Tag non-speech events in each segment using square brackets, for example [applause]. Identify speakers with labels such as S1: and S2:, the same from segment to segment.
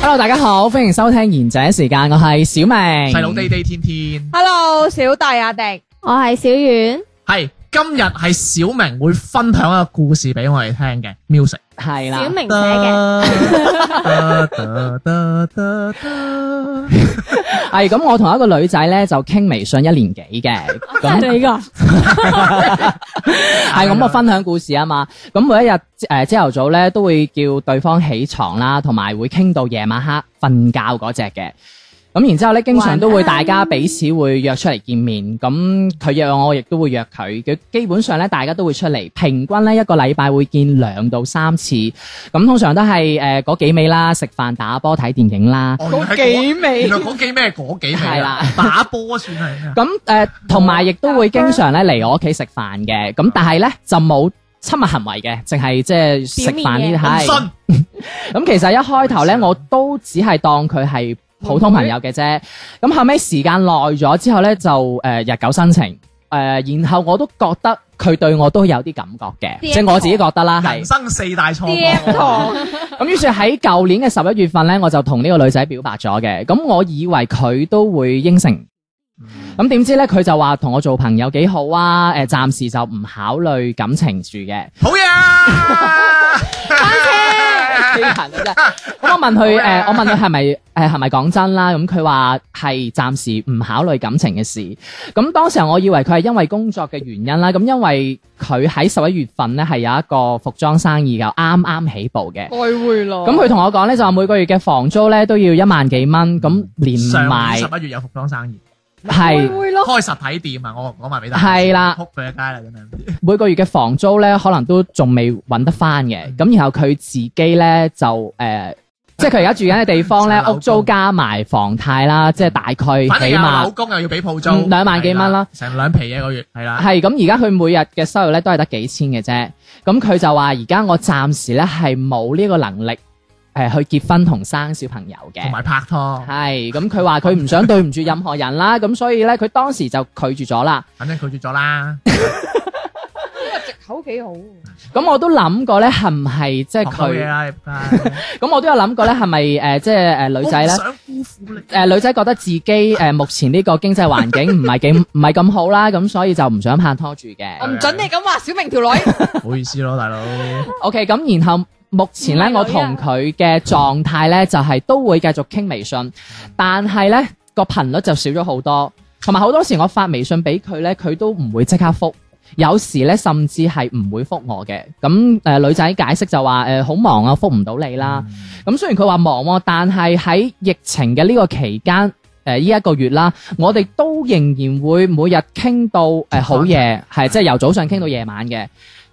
S1: Hello，大家好，歡迎收聽賢者時間，我係小明，
S2: 細佬地地天天
S3: Hello，小弟阿迪，
S4: 我係小遠，
S2: 係今日係小明會分享一個故事俾我哋聽嘅 music。
S1: 係啦
S4: 小，明寫
S2: [laughs]
S4: 嘅。
S1: 係啊咁，我同一個女仔咧就傾微信一年幾嘅，
S4: [laughs]
S1: 咁 [laughs]
S4: 係你噶，
S1: 係咁我分享故事啊嘛，咁每一日誒朝頭早咧都會叫對方起床啦，同埋會傾到夜晚黑瞓覺嗰只嘅。咁然之後咧，經常都會大家彼此會約出嚟見面。咁佢約我，我亦都會約佢。佢基本上咧，大家都會出嚟，平均咧一個禮拜會見兩到三次。咁通常都係誒嗰幾味啦，食飯、打波、睇電影啦。
S2: 嗰
S3: 幾味
S2: 哦啊原來嗰幾咩？嗰幾味
S1: 係
S2: 啊
S1: 啦，
S2: 打波算係咩啊？
S1: 咁誒，同埋亦都會經常咧嚟我屋企食飯嘅。咁但係咧就冇親密行為嘅，淨係即係食飯呢啲
S2: 唔
S1: 係。
S2: 信
S1: 咁其實一開頭咧，我都只係當佢係普通朋友嘅啫。咁後尾時間耐咗之後咧，就誒、呃日久生情。誒、然後我都覺得佢對我都有啲感覺嘅，即係我自己覺得啦，係
S2: 人。生四大錯
S3: D M
S2: 誤。
S3: 堂
S1: 哦咁於是喺舊年嘅十一月份咧，我就同呢個女仔表白咗嘅。咁我以為佢都會應承，咁點知咧佢就話同我做朋友幾好啊？誒、暫時就唔考慮感情住嘅。
S2: 好嘢啊！
S1: 機械真係。咁我問佢誒，我問佢係咪誒係咪講真啦？咁佢話係暫時唔考慮感情嘅事。咁當時我以為佢係因為工作嘅原因啦。咁因為佢喺十一月份咧係有一個服裝生意嘅，啱啱起步嘅。
S3: 外匯
S2: 哦
S3: 咯
S1: 咁佢同我講咧，就話每個月嘅房租咧都要一萬幾蚊，咁連
S2: 嗯上
S1: 埋
S2: 年十一月有服裝生意，
S1: 係
S3: 匯咯，
S2: 開實體店啊！我講埋俾大家知。
S1: 係啦。
S2: 撲佢一街啦，真係。
S1: 每個月嘅房租咧，可能都仲未揾得翻
S2: 嗯
S1: 嘅。咁然後佢自己咧就誒、呃即係佢而家住緊嘅地方咧
S2: 上，樓
S1: 屋租加埋房貸啦，即係大概
S2: 嗯反正
S1: 起
S2: 有老
S1: 碼
S2: 公又要俾鋪租
S1: 嗯，兩萬幾蚊啦
S2: 係，成兩皮嘢一個月，係啦。
S1: 係咁。而家佢每日嘅收入咧都係得幾千嘅啫。咁佢就話：而家我暫時咧係冇呢個能力誒、呃去結婚同生小朋友嘅
S2: 同。埋拍拖，
S1: 係咁，佢話佢唔想對唔住任何人啦，咁所以咧佢當時就拒絕咗啦。
S2: 反正拒絕咗啦。
S3: 口幾好，
S1: 咁我都諗過咧，係唔係即係
S2: 學到嘢啊
S1: 佢？
S2: 啦，入街
S1: 咁我都有諗過咧，係咪誒即係呃誒女仔咧
S2: 哦我唔？想辜負你。
S1: 誒、女仔覺得自己誒、目前呢個經濟環境唔係幾唔係咁好啦，咁所以就唔想拍拖住
S3: 我
S1: 嘅。
S3: 唔准你咁話小明條女，
S2: 唔好意思咯，大佬。
S1: OK，咁然後目前
S3: 唔係女
S1: 咧，
S3: 啊
S1: 我同佢嘅狀態咧就係、都會繼續傾微信，但係咧個頻率就少咗好多，同埋好多時我發微信俾佢咧，佢都唔會即刻覆。有時咧，甚至係唔會覆我嘅。咁誒、呃女仔解釋就話誒好忙啊，覆唔到你
S2: Ừ.
S1: 啦。咁雖然佢話忙喎，但係喺疫情嘅呢個期間，誒呢一個月啦，我哋都仍然會每日傾到誒、呃好夜，係即係由早上傾到夜晚嘅。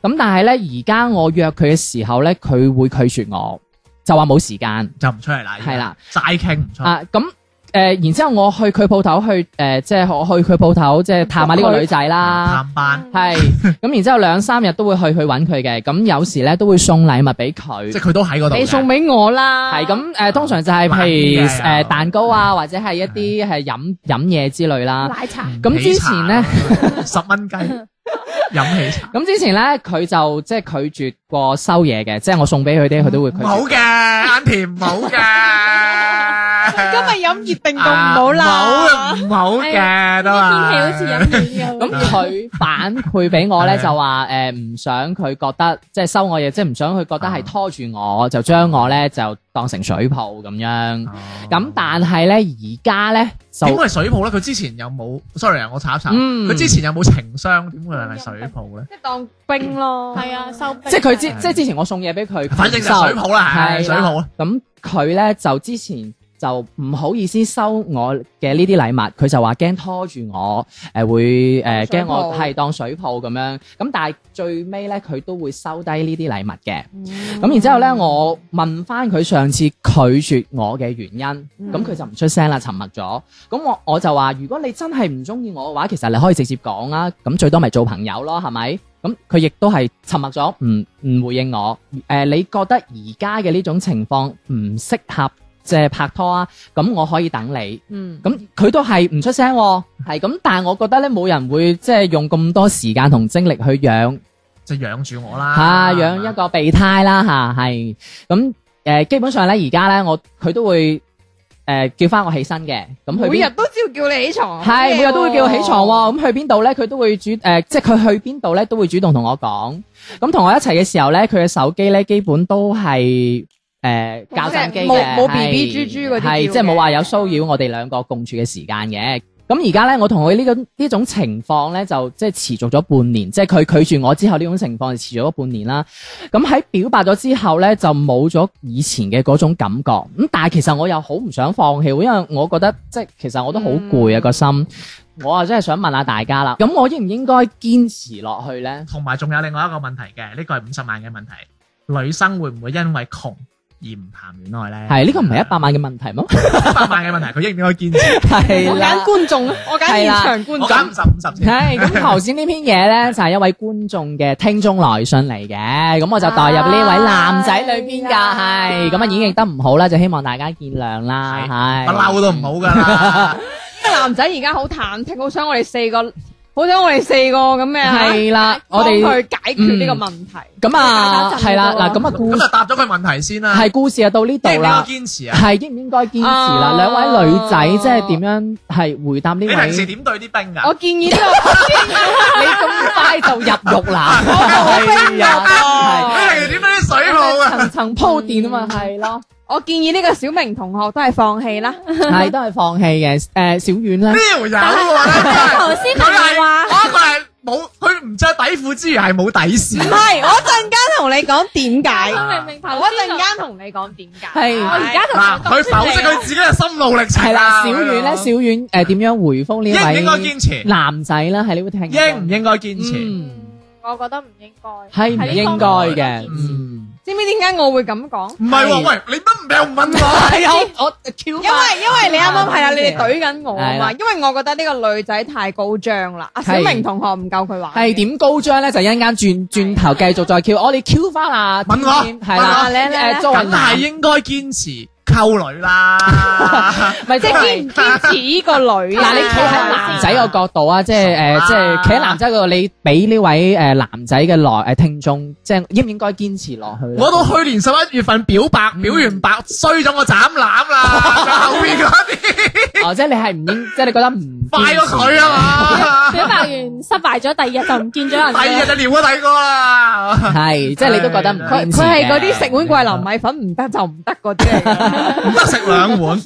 S1: 咁但係咧，而家我約佢嘅時候咧，佢會拒絕我，就話冇時間
S2: 就唔出嚟啦。
S1: 係啦，
S2: 齋傾唔出。
S1: 啊。咁誒、呃然之後我去佢鋪頭去誒、呃即係我去佢鋪頭即係探下呢個女仔啦。
S2: 啊探班，
S1: 係咁，然之後兩三日都會去去揾佢嘅，咁有時咧都會送禮物俾佢
S2: 即。係佢都喺嗰度嘅。
S3: 你送俾我啦，
S1: 係咁誒，通常就係譬如
S2: 晚啲嘅
S1: 誒蛋糕啊，或者係一啲係飲飲嘢之類啦。
S4: 奶茶
S2: 嗯
S1: 咁之前
S2: [laughs]
S1: 呢
S2: 喜茶十蚊雞飲喜茶，
S1: 咁之前咧，佢就即係拒絕過收嘢嘅，即係我送俾佢啲，佢都會拒
S2: 唔好
S1: 絕。
S2: 嘅，阿甜唔好嘅。
S3: 今日飲熱定凍
S2: À,
S3: 唔好啦，
S2: 唔好唔好嘅都係。
S4: 天氣好似飲暖
S1: 咁佢反饋俾我咧，
S2: [laughs] 係
S1: 就話誒唔想佢覺得即係收我嘢，即係唔想佢覺得係拖住我，就將我咧就當成水泡咁樣。
S2: Ờ.
S1: 咁但係咧，而家咧就
S2: 點會係水泡咧？佢之前有冇？sorry à, 啊，我查一查。
S1: 嗯
S2: 佢之前有冇情商？點會係水泡咧？
S3: 即係當兵咯，
S4: 係啊，收
S1: 哦即係佢之
S2: 係
S1: 即係之前我送嘢俾佢，
S2: 反正就
S1: 佢唔收
S2: 水泡啦，係
S1: 係
S2: 水泡啦。
S1: 咁佢咧就之前就唔好意思收我嘅呢啲禮物，佢就話驚拖住我，誒、會誒
S3: 水
S1: 驚、我
S3: 泡
S1: 係當水泡咁樣。咁但係最尾咧，佢都會收低呢啲禮物嘅。嗯咁然之後咧，我問翻佢上次拒絕我嘅原因，咁佢就唔出聲啦，沉默咗。咁我我就話：如果你真係唔中意我嘅話，其實你可以直接講啊，咁最多咪做朋友咯，係咪？咁佢亦都係沉默咗，唔唔回應我。誒、你覺得而家嘅呢種情況唔適合即係拍拖啊？咁我可以等你。
S3: 嗯，
S1: 咁佢都係唔出聲喎、係咁，但係我覺得咧，冇人會即係用咁多時間同精力去養
S2: 就養住我啦。
S1: 吓啊養一個備胎啦吓，係咁誒，基本上咧而家咧我佢都會誒、叫翻我起身嘅，咁佢
S3: 每日都照叫你起床，好嘢
S1: 係
S3: 喎
S1: 每日都會叫我起床喎，咁去邊度咧佢都會主誒、即係佢去邊度咧都會主動同我講，咁同我一齊嘅時候咧，佢嘅手機咧基本都係。誒
S3: 冇
S1: 較真機嘅
S3: 即係冇冇
S1: 係
S3: BB 豬豬嗰啲
S1: 係
S3: 叫
S1: 即係冇
S3: 嘅
S1: 話有騷擾我哋兩個共處嘅時間嘅。咁而家咧，我同佢呢個呢種情況咧，就即係持續咗半年，即係佢拒絕我之後呢種情況就持續咗半年啦。咁喺表白咗之後咧，就冇咗以前嘅嗰種感覺。咁但係其實我又好唔想放棄喎，因為我覺得即係其實我都好
S3: 嗯
S1: 攰啊個心。我啊真係想問下大家啦，咁我應唔應該堅持落去咧？
S2: 同埋仲有另外一個問題嘅，呢個係五十萬嘅問題，女生會唔會因為窮而唔談戀愛咧？
S1: 係呢個唔係一百萬嘅問題麼？
S2: 一百萬嘅問題，佢應唔應該堅持？
S1: 係
S3: 我
S1: 啦
S3: 揀。觀眾，我揀現場觀
S2: 我揀
S3: 眾
S2: 五。十五十
S1: 系
S2: 先。
S1: 咁，頭先呢篇嘢咧就係一位觀眾嘅聽眾來信嚟嘅，咁我就代入呢位男仔裏邊㗎，
S4: 哎呀
S1: 係咁啊演繹得唔好啦，就希望大家見諒啦，
S2: 係
S1: 係
S2: 不嬲都唔好噶啦，
S3: 呢個男仔而家好忐忑，好想我哋四個，好想我哋四個咁嘅，
S1: 係啦，我
S3: 幫
S1: 哋
S3: 佢解決呢個問題。
S1: 咁啊
S4: 打針
S1: 係啦
S4: 㗎喎
S1: 嗱，咁啊故
S2: 咁就答咗佢問題先啦。
S1: 係故事就到呢度
S2: 應唔應該
S1: 啦，
S2: 堅持啊？
S1: 係應唔應該堅持啦？
S3: 啊
S1: 兩位女仔即係點樣係哦回答呢
S2: 你平時
S1: 位？
S2: 點對啲兵噶？
S3: 我建議呢個
S1: 你咁快就入獄啦，係啊，
S2: 你平時點對啲 [laughs] 水泡
S1: 係
S2: 啊？
S1: 層層鋪墊啊嘛，係咯，
S3: 我建議呢個小明同學都係放棄啦。
S1: 係都係放棄嘅。誒，小遠咧
S2: 呢。條友喎，真係
S4: 頭先
S2: 佢
S4: 咪
S2: 係
S4: 話
S2: 我一個係冇，佢唔着底褲之餘係冇底
S3: 唔
S2: 線。
S3: 係，我一陣間同你講點解。
S4: 明明頭
S3: 我一陣間同你講點解。
S1: 係
S4: 我而家
S1: [laughs]
S4: 就
S2: 嗱，啊佢否識佢自己嘅心路歷
S1: 系
S2: 程
S1: 啦，
S2: 啦。
S1: 小遠咧，小遠誒點樣回覆呢
S2: 應唔應該
S1: 位
S2: 堅持？
S1: 男仔咧？係呢位聽眾
S2: 應唔應該堅持？
S1: 嗯
S4: 我覺得唔應該，
S1: 係唔應該嘅？
S4: 係
S1: 嗯，
S3: 知唔知點解我會咁講？
S2: 唔
S1: 係
S2: 係喎，喂，你乜唔又唔問哎我？
S1: [laughs] 係我我 Q
S3: 因為因為你啱啱係啦，
S1: 嗯
S3: 你哋懟緊我啊
S1: 係
S3: 嘛，
S1: 啦
S3: 因為我覺得呢個女仔太高張啦，阿小
S1: 係
S3: 明同學唔夠佢玩。
S1: 係？點高張咧？就一陣間轉轉頭繼續再 Q，我哋 Q 翻啊！
S2: 問我
S1: 天天係啦，呃
S3: 問我嚟嚟嚟
S1: 誒作為
S2: 梗係
S1: 男，
S2: 應該堅持溝女啦。
S1: [laughs] 咪
S3: 即
S1: 即
S3: 係
S1: 係
S3: 堅唔堅持呢個女啊？
S1: 嗱，你企喺男仔個角度啊，即係
S2: 傻啦
S1: 誒，即係企喺男仔嗰度，你俾呢位誒男仔嘅來誒聽眾，即係應唔應該堅持落去呢？
S2: 我到去年十一月份表白，
S1: 嗯
S2: 表完白衰咗我斬攬
S1: [laughs]
S2: 啦，後面嗰啲
S1: 哦，即係你係唔應，即係你覺得唔
S2: 快過佢
S1: [laughs]
S2: 啊
S4: 表白完失敗咗，第二日就唔見咗人
S2: 嘛，第二日
S4: 啦。
S2: 就撩咗第個啦。
S1: [laughs] 係，即係你都覺得唔
S3: 佢
S1: 堅持
S3: 佢係嗰啲食碗
S1: 貴
S3: 桂林啊米粉唔得就唔得嗰啲嚟㗎。
S2: 唔得食兩碗，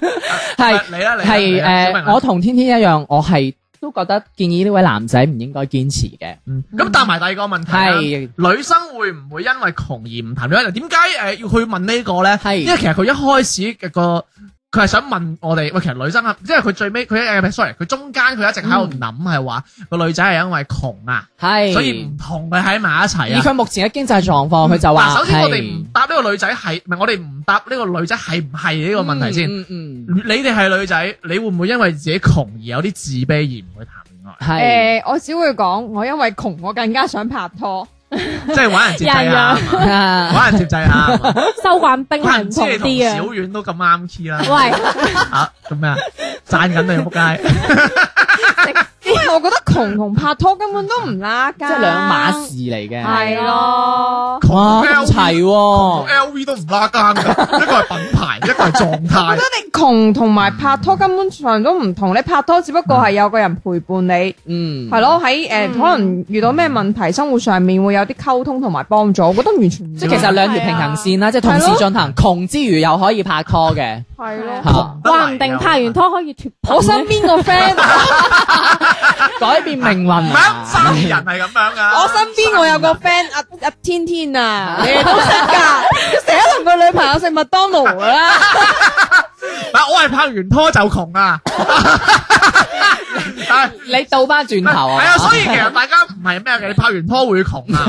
S1: 係
S2: 你啦你啦你
S1: 係
S2: 啦小明啊
S1: 誒，
S2: 啦
S1: 我同天天一樣，我係都覺得建議呢位男仔唔應該堅持嘅。
S2: 嗯咁答埋第二個問題啊啦
S1: 係
S2: 女生會唔會因為窮而唔談戀愛？點解誒要去問呢個咧？
S1: 係
S2: 因為其實佢一開始嘅個佢係想問我哋，喂，其實女生啊，即係佢最尾佢誒，sorry，佢中間佢一直喺度諗係話個女仔係因為窮啊，
S1: 係，
S2: 所以唔同佢喺埋一齊
S1: 以
S2: 啊。
S1: 佢目前嘅經濟狀況，佢就話
S2: 嗱，首先我哋唔
S1: 係
S2: 答呢個女仔係，唔係我哋唔答呢個女仔係唔係呢個問題先。
S1: 嗯嗯，嗯
S2: 你哋係女仔，你會唔會因為自己窮而有啲自卑而唔去談
S1: [laughs]
S2: 戀愛？
S1: [laughs] 係
S3: 誒，我只會講，我因為窮，我更加想拍拖。
S2: 即係玩人接濟下，
S4: 人
S2: [laughs]
S1: 啊
S2: 玩人接濟下係嘛。
S4: 收慣兵
S2: 我
S4: 係唔
S2: 唔知
S4: 同
S2: 你同
S4: 啲啊
S2: 小
S4: 嘅。
S2: 遠都咁啱 key 啦。
S4: 喂，
S2: 嚇做咩啊？ [laughs] 讚緊你仆街，
S3: 因為我覺得窮同拍拖根本都唔拉
S1: 即
S3: 更，
S1: 係兩碼事嚟嘅。
S3: 係咯。
S1: 哇，咁齊喎，
S2: ，LV 都唔拉更㗎，一個係品牌，一個係狀
S3: 我覺
S1: [laughs]
S2: 態
S3: 得。你窮同埋拍拖根本上都唔同，你拍拖只不過係有個人陪伴你，
S1: 嗯，
S3: 係。咯喺誒可能遇到咩問題，生活上面會有啲溝通同埋幫助，我覺得完全唔
S1: 即係其實兩條平衡
S3: 啊
S1: 線啦，即係同時進行，窮之餘又可以拍拖嘅，
S3: 係
S1: 嚇
S3: 咯。 [laughs]
S4: 話
S2: 啊
S4: 唔定拍完拖可以脱
S3: 我身邊個
S1: [laughs]
S3: friend，
S1: 改變命
S2: [laughs] 唔
S1: 運
S2: 係啊
S1: 啊。
S2: 生人係咁樣啊㗎。
S3: 我身邊我有個 friend 阿阿天天啊，你哋都識㗎，佢成日同佢女朋友食麥當勞㗎啦，
S2: 但我係拍完拖就窮
S1: [laughs]
S2: 啊！但係
S1: [laughs] 你倒翻轉頭啊！
S2: 係啊，所以其實大家唔係咩嘅，你拍完拖會窮
S1: [laughs]
S2: 啊！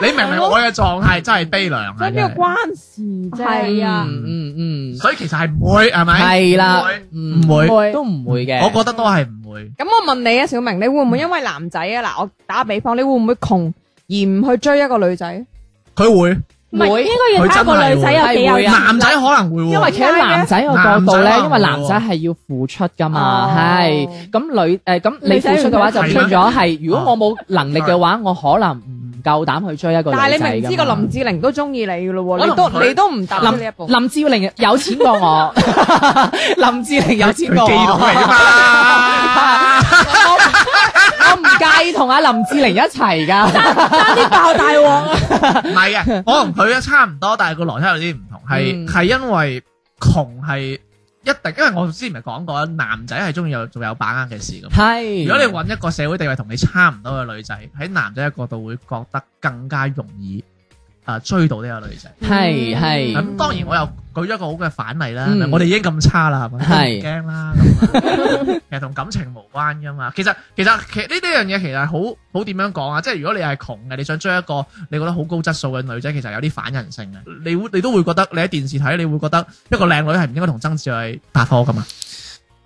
S2: 你明唔明我嘅狀態真係悲涼啊！
S3: 所以邊個
S2: 真係
S3: 關事啫？
S4: 係啊
S1: 嗯嗯嗯，
S2: 所以其實係唔會係咪？
S1: 係啦
S2: 唔會，
S1: 嗯
S2: 唔會，
S4: 會
S1: 都唔會嘅。
S2: 我覺得都係唔會。
S3: 咁我問你啊，小明，你會唔會因為男仔啊？嗱，我打個比方，你會唔會窮而唔去追一個女仔？
S2: 佢會。
S4: 唔係
S1: 會
S4: 應該要睇個女仔有幾有
S1: 會
S4: 錢
S1: 啊
S2: 男仔可能會喎，
S1: 因為企喺男仔個角度咧，因為男仔係要付出噶嘛，
S3: 哦
S1: 係咁女誒咁你付出嘅話就變咗係，如果我冇能力嘅話，我可能
S2: 嗯
S1: 唔夠膽去追一個女
S3: 但
S1: 仔
S3: 係你明知個
S1: 㗎嘛
S3: 林志玲都中意你嘅咯
S2: 我
S3: 喎，你
S2: 同
S3: 都
S2: 佢
S3: 你都唔踏出呢一步。
S1: 林志玲有錢過 [laughs] 我，林志玲有錢過
S2: 佢基佬嚟
S1: 我。
S2: 㗎
S1: [laughs]
S2: 嘛。
S1: 我唔介意同阿林志玲一齊噶，
S2: 唔係嘅，我同佢差唔多，但係個邏輯有啲唔同，
S1: 嗯
S2: 係係因為窮係一定，因為我之前咪講過，男仔係中意有仲有把握嘅事咁。
S1: 係。
S2: 如果你揾一個社會地位同你差唔多嘅女仔，喺男仔嘅角度會覺得更加容易啊、追到呢個女仔。
S1: 係係
S2: 咁、當然我又舉咗一個好嘅反例啦，
S1: 嗯
S2: 我哋已經咁差啦，係咪？
S1: 係
S2: 唔驚啦，咁啊其實同感情無關噶嘛。其實其實其實呢呢樣嘢其實係好好點樣講啊？即係如果你係窮嘅，你想追一個你覺得好高質素嘅女仔，其實有啲反人性嘅。你會你都會覺得你喺電視睇，你會覺得一個靚女係唔應該同曾志偉拍拖噶嘛？
S1: [laughs]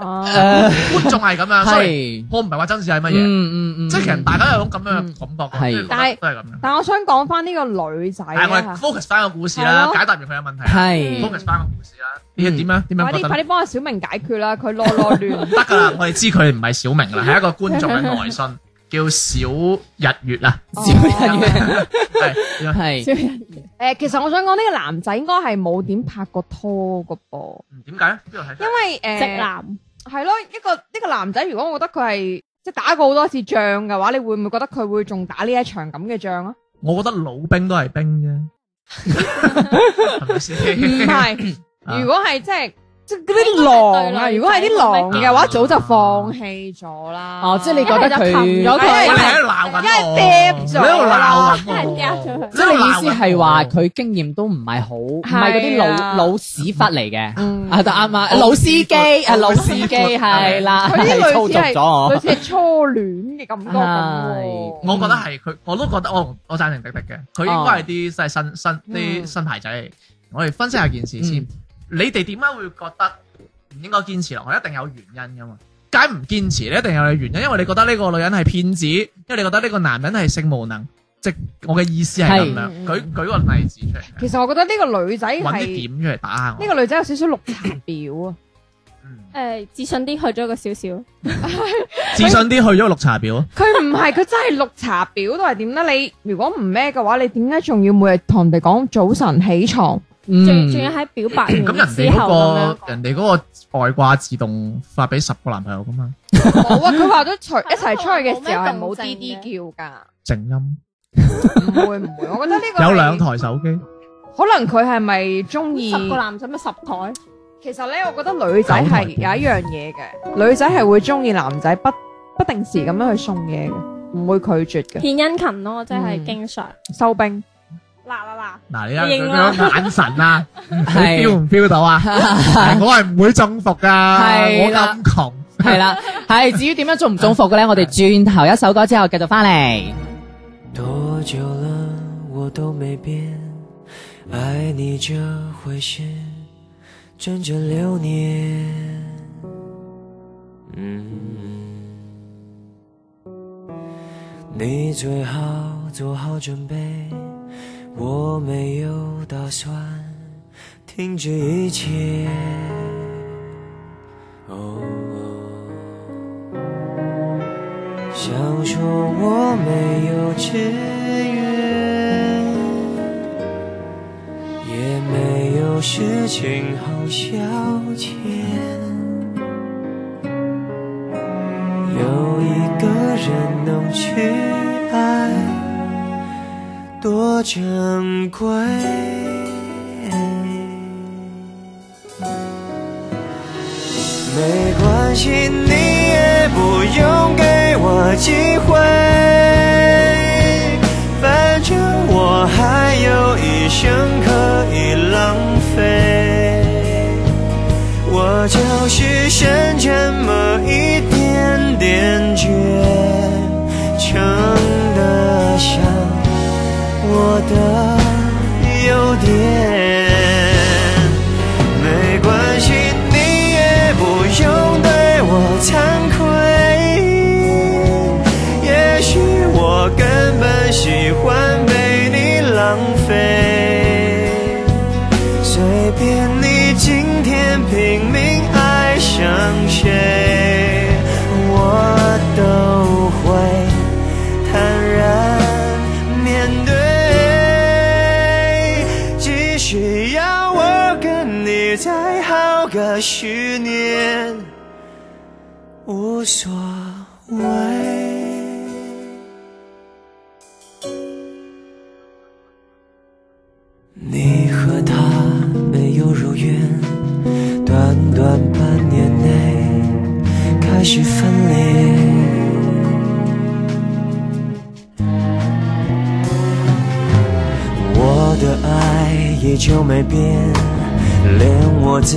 S3: 哦
S1: 誒
S2: 觀眾係咁
S1: Ờ,
S2: 樣，所以
S1: 係
S2: 我唔係話曾志偉乜
S1: 嗯
S2: 嘢。
S1: 嗯嗯，
S2: 即係其實大家有種咁樣嘅感覺
S1: 係
S2: 嘅，即係覺得
S3: 但係啊
S2: 都係咁樣。
S3: 但我想講翻呢個女仔
S2: 但係我哋
S3: 啊，
S2: focus 翻個故事
S3: 係
S2: 啦，
S3: 咯
S2: 解答完佢嘅問題啦
S1: 係嗯
S2: ，focus 翻個故事啦。你係點樣點樣
S3: 快
S2: 覺
S3: 啲
S2: 得
S3: 快
S2: 咧？
S3: 啲幫阿小明解決啦，佢囉囉亂。
S2: [laughs] 得㗎啦，我哋知佢唔係小明 [laughs] 啦，係一個觀眾嘅來信，叫小日月啊。
S1: 小人嘅
S2: 係
S1: 係
S3: 誒，其實我想講呢個男仔應該係冇點拍過拖個噃，
S2: 嗯點解咧？邊度睇出
S3: 因？為誒
S4: 直男
S3: 係咯，一個一個男仔，如果我覺得佢係即係打過好多次仗嘅話，你會唔會覺得佢會仲打呢一場咁嘅仗啊？
S2: 我覺得老兵都係兵啫，係咪
S3: 唔
S2: 先？
S3: 係，
S2: 啊
S3: 嗯如果係即係即係嗰啲狼啊，如果係啲狼嘅話，
S2: 啊
S3: 早就放棄咗啦。
S1: 哦，即係你覺得佢，哎
S4: 因為就擒咗
S2: 喂你
S3: 因為
S2: 喺度鬧緊我，
S3: 因為掟咗
S2: 你喺度鬧緊
S4: 因為掟
S2: 我
S4: 咗，
S1: 即係你啊意思係話
S2: 你喺度鬧緊我
S1: 佢經驗都唔係好，唔係嗰啲
S3: 係啊
S1: 老老屎忽嚟嘅。
S3: 嗯
S1: 啊，得啱啊！
S2: 老
S1: 老司機，
S2: 屎
S1: 啊，
S2: 老
S1: 老司
S2: 屎
S1: 機
S2: 忽
S1: 係啦， [laughs]
S3: 佢啲
S1: 操
S3: 類似
S1: 縱
S3: 係
S1: 咗我
S3: 類。似係初戀嘅感覺咁
S1: 係
S3: 喎。
S2: 我覺得係佢，我都覺得哦我我贊成迪迪嘅，佢應該係啲真係新新啲
S3: 嗯
S2: 新牌仔嚟。我哋分析下件事先
S1: 嗯，
S2: 你哋點解會覺得唔應該堅持落去？一定有原因噶嘛。解唔堅持，你一定有原因，因為你覺得呢個女人係騙子，因為你覺得呢個男人係性無能。即我嘅意思係咁樣，
S3: 係
S2: 舉舉個例子出嚟，
S3: 其實我覺得呢個女仔
S2: 揾啲
S3: 係
S2: 點出嚟打下我。
S3: 呢個女仔有少少綠茶婊啊。
S2: 嗯
S4: 誒自信啲去咗個少少，
S2: 自信啲去咗綠茶婊，
S3: 佢唔係，佢真係綠茶婊都係點咧？你如果唔咩嘅話，你點解仲要每日同人哋講早晨起床？
S4: 仲
S1: 嗯
S4: 仲要喺表白
S2: 咁人
S4: 完
S2: 哋
S4: 之後
S2: 嗰個
S4: 咁樣。
S2: 人哋嗰個外掛自動發俾十個男朋友噶嘛，
S3: 冇啊！佢話咗
S4: [laughs]
S3: 除一齊出去嘅時候係
S4: 係
S3: 冇
S4: 冇
S3: D
S4: 咩
S3: D
S4: 動
S3: 叫噶，
S2: 靜音
S3: 唔會唔會，我覺得呢個
S2: 有
S3: 係
S2: 兩，台手機。
S3: 可能佢係咪中意？
S4: 十個男仔咪十台，
S3: 其實咧，我覺得女仔係有
S2: 九台
S3: 一樣嘢嘅，女仔係會中意男仔不不定時咁樣去送嘢嘅，唔會拒絕嘅。
S4: 獻殷勤咯，真係
S3: 嗯
S4: 經常。
S3: 收兵，
S4: 嗱嗱嗱，
S2: 嗱，你睇
S4: 你認
S2: 佢
S4: 啦
S2: 嗰眼神
S1: [laughs]
S2: 啊，你
S1: 係
S2: feel 唔 feel 到
S1: [laughs]
S2: 啊？我係唔會征服噶，我
S1: 係啦
S2: 咁窮。
S1: 係啦，係至於點樣中唔中伏嘅咧？我哋轉頭一首歌之後繼續翻嚟。
S5: 多久了，我都没变，爱你这回事，整整六年。嗯，你最好做好准备，我没有打算停止一切。哦。想说我没有志愿，也没有事情好消遣。有一个人能去爱，多珍贵。没关系，你也不用给我机会，反正我还有一生可以浪费。我我就是剩这么一点点倔强的想我的优点。没关系，你也不用对我惭愧。也许我根本喜欢被你浪费。随便你今天拼命爱上谁，我都会坦然面对。即使要我跟你再耗个十年，无所谓。你和他没有如愿，短短半年内开始分离。我的爱依旧没变，连我自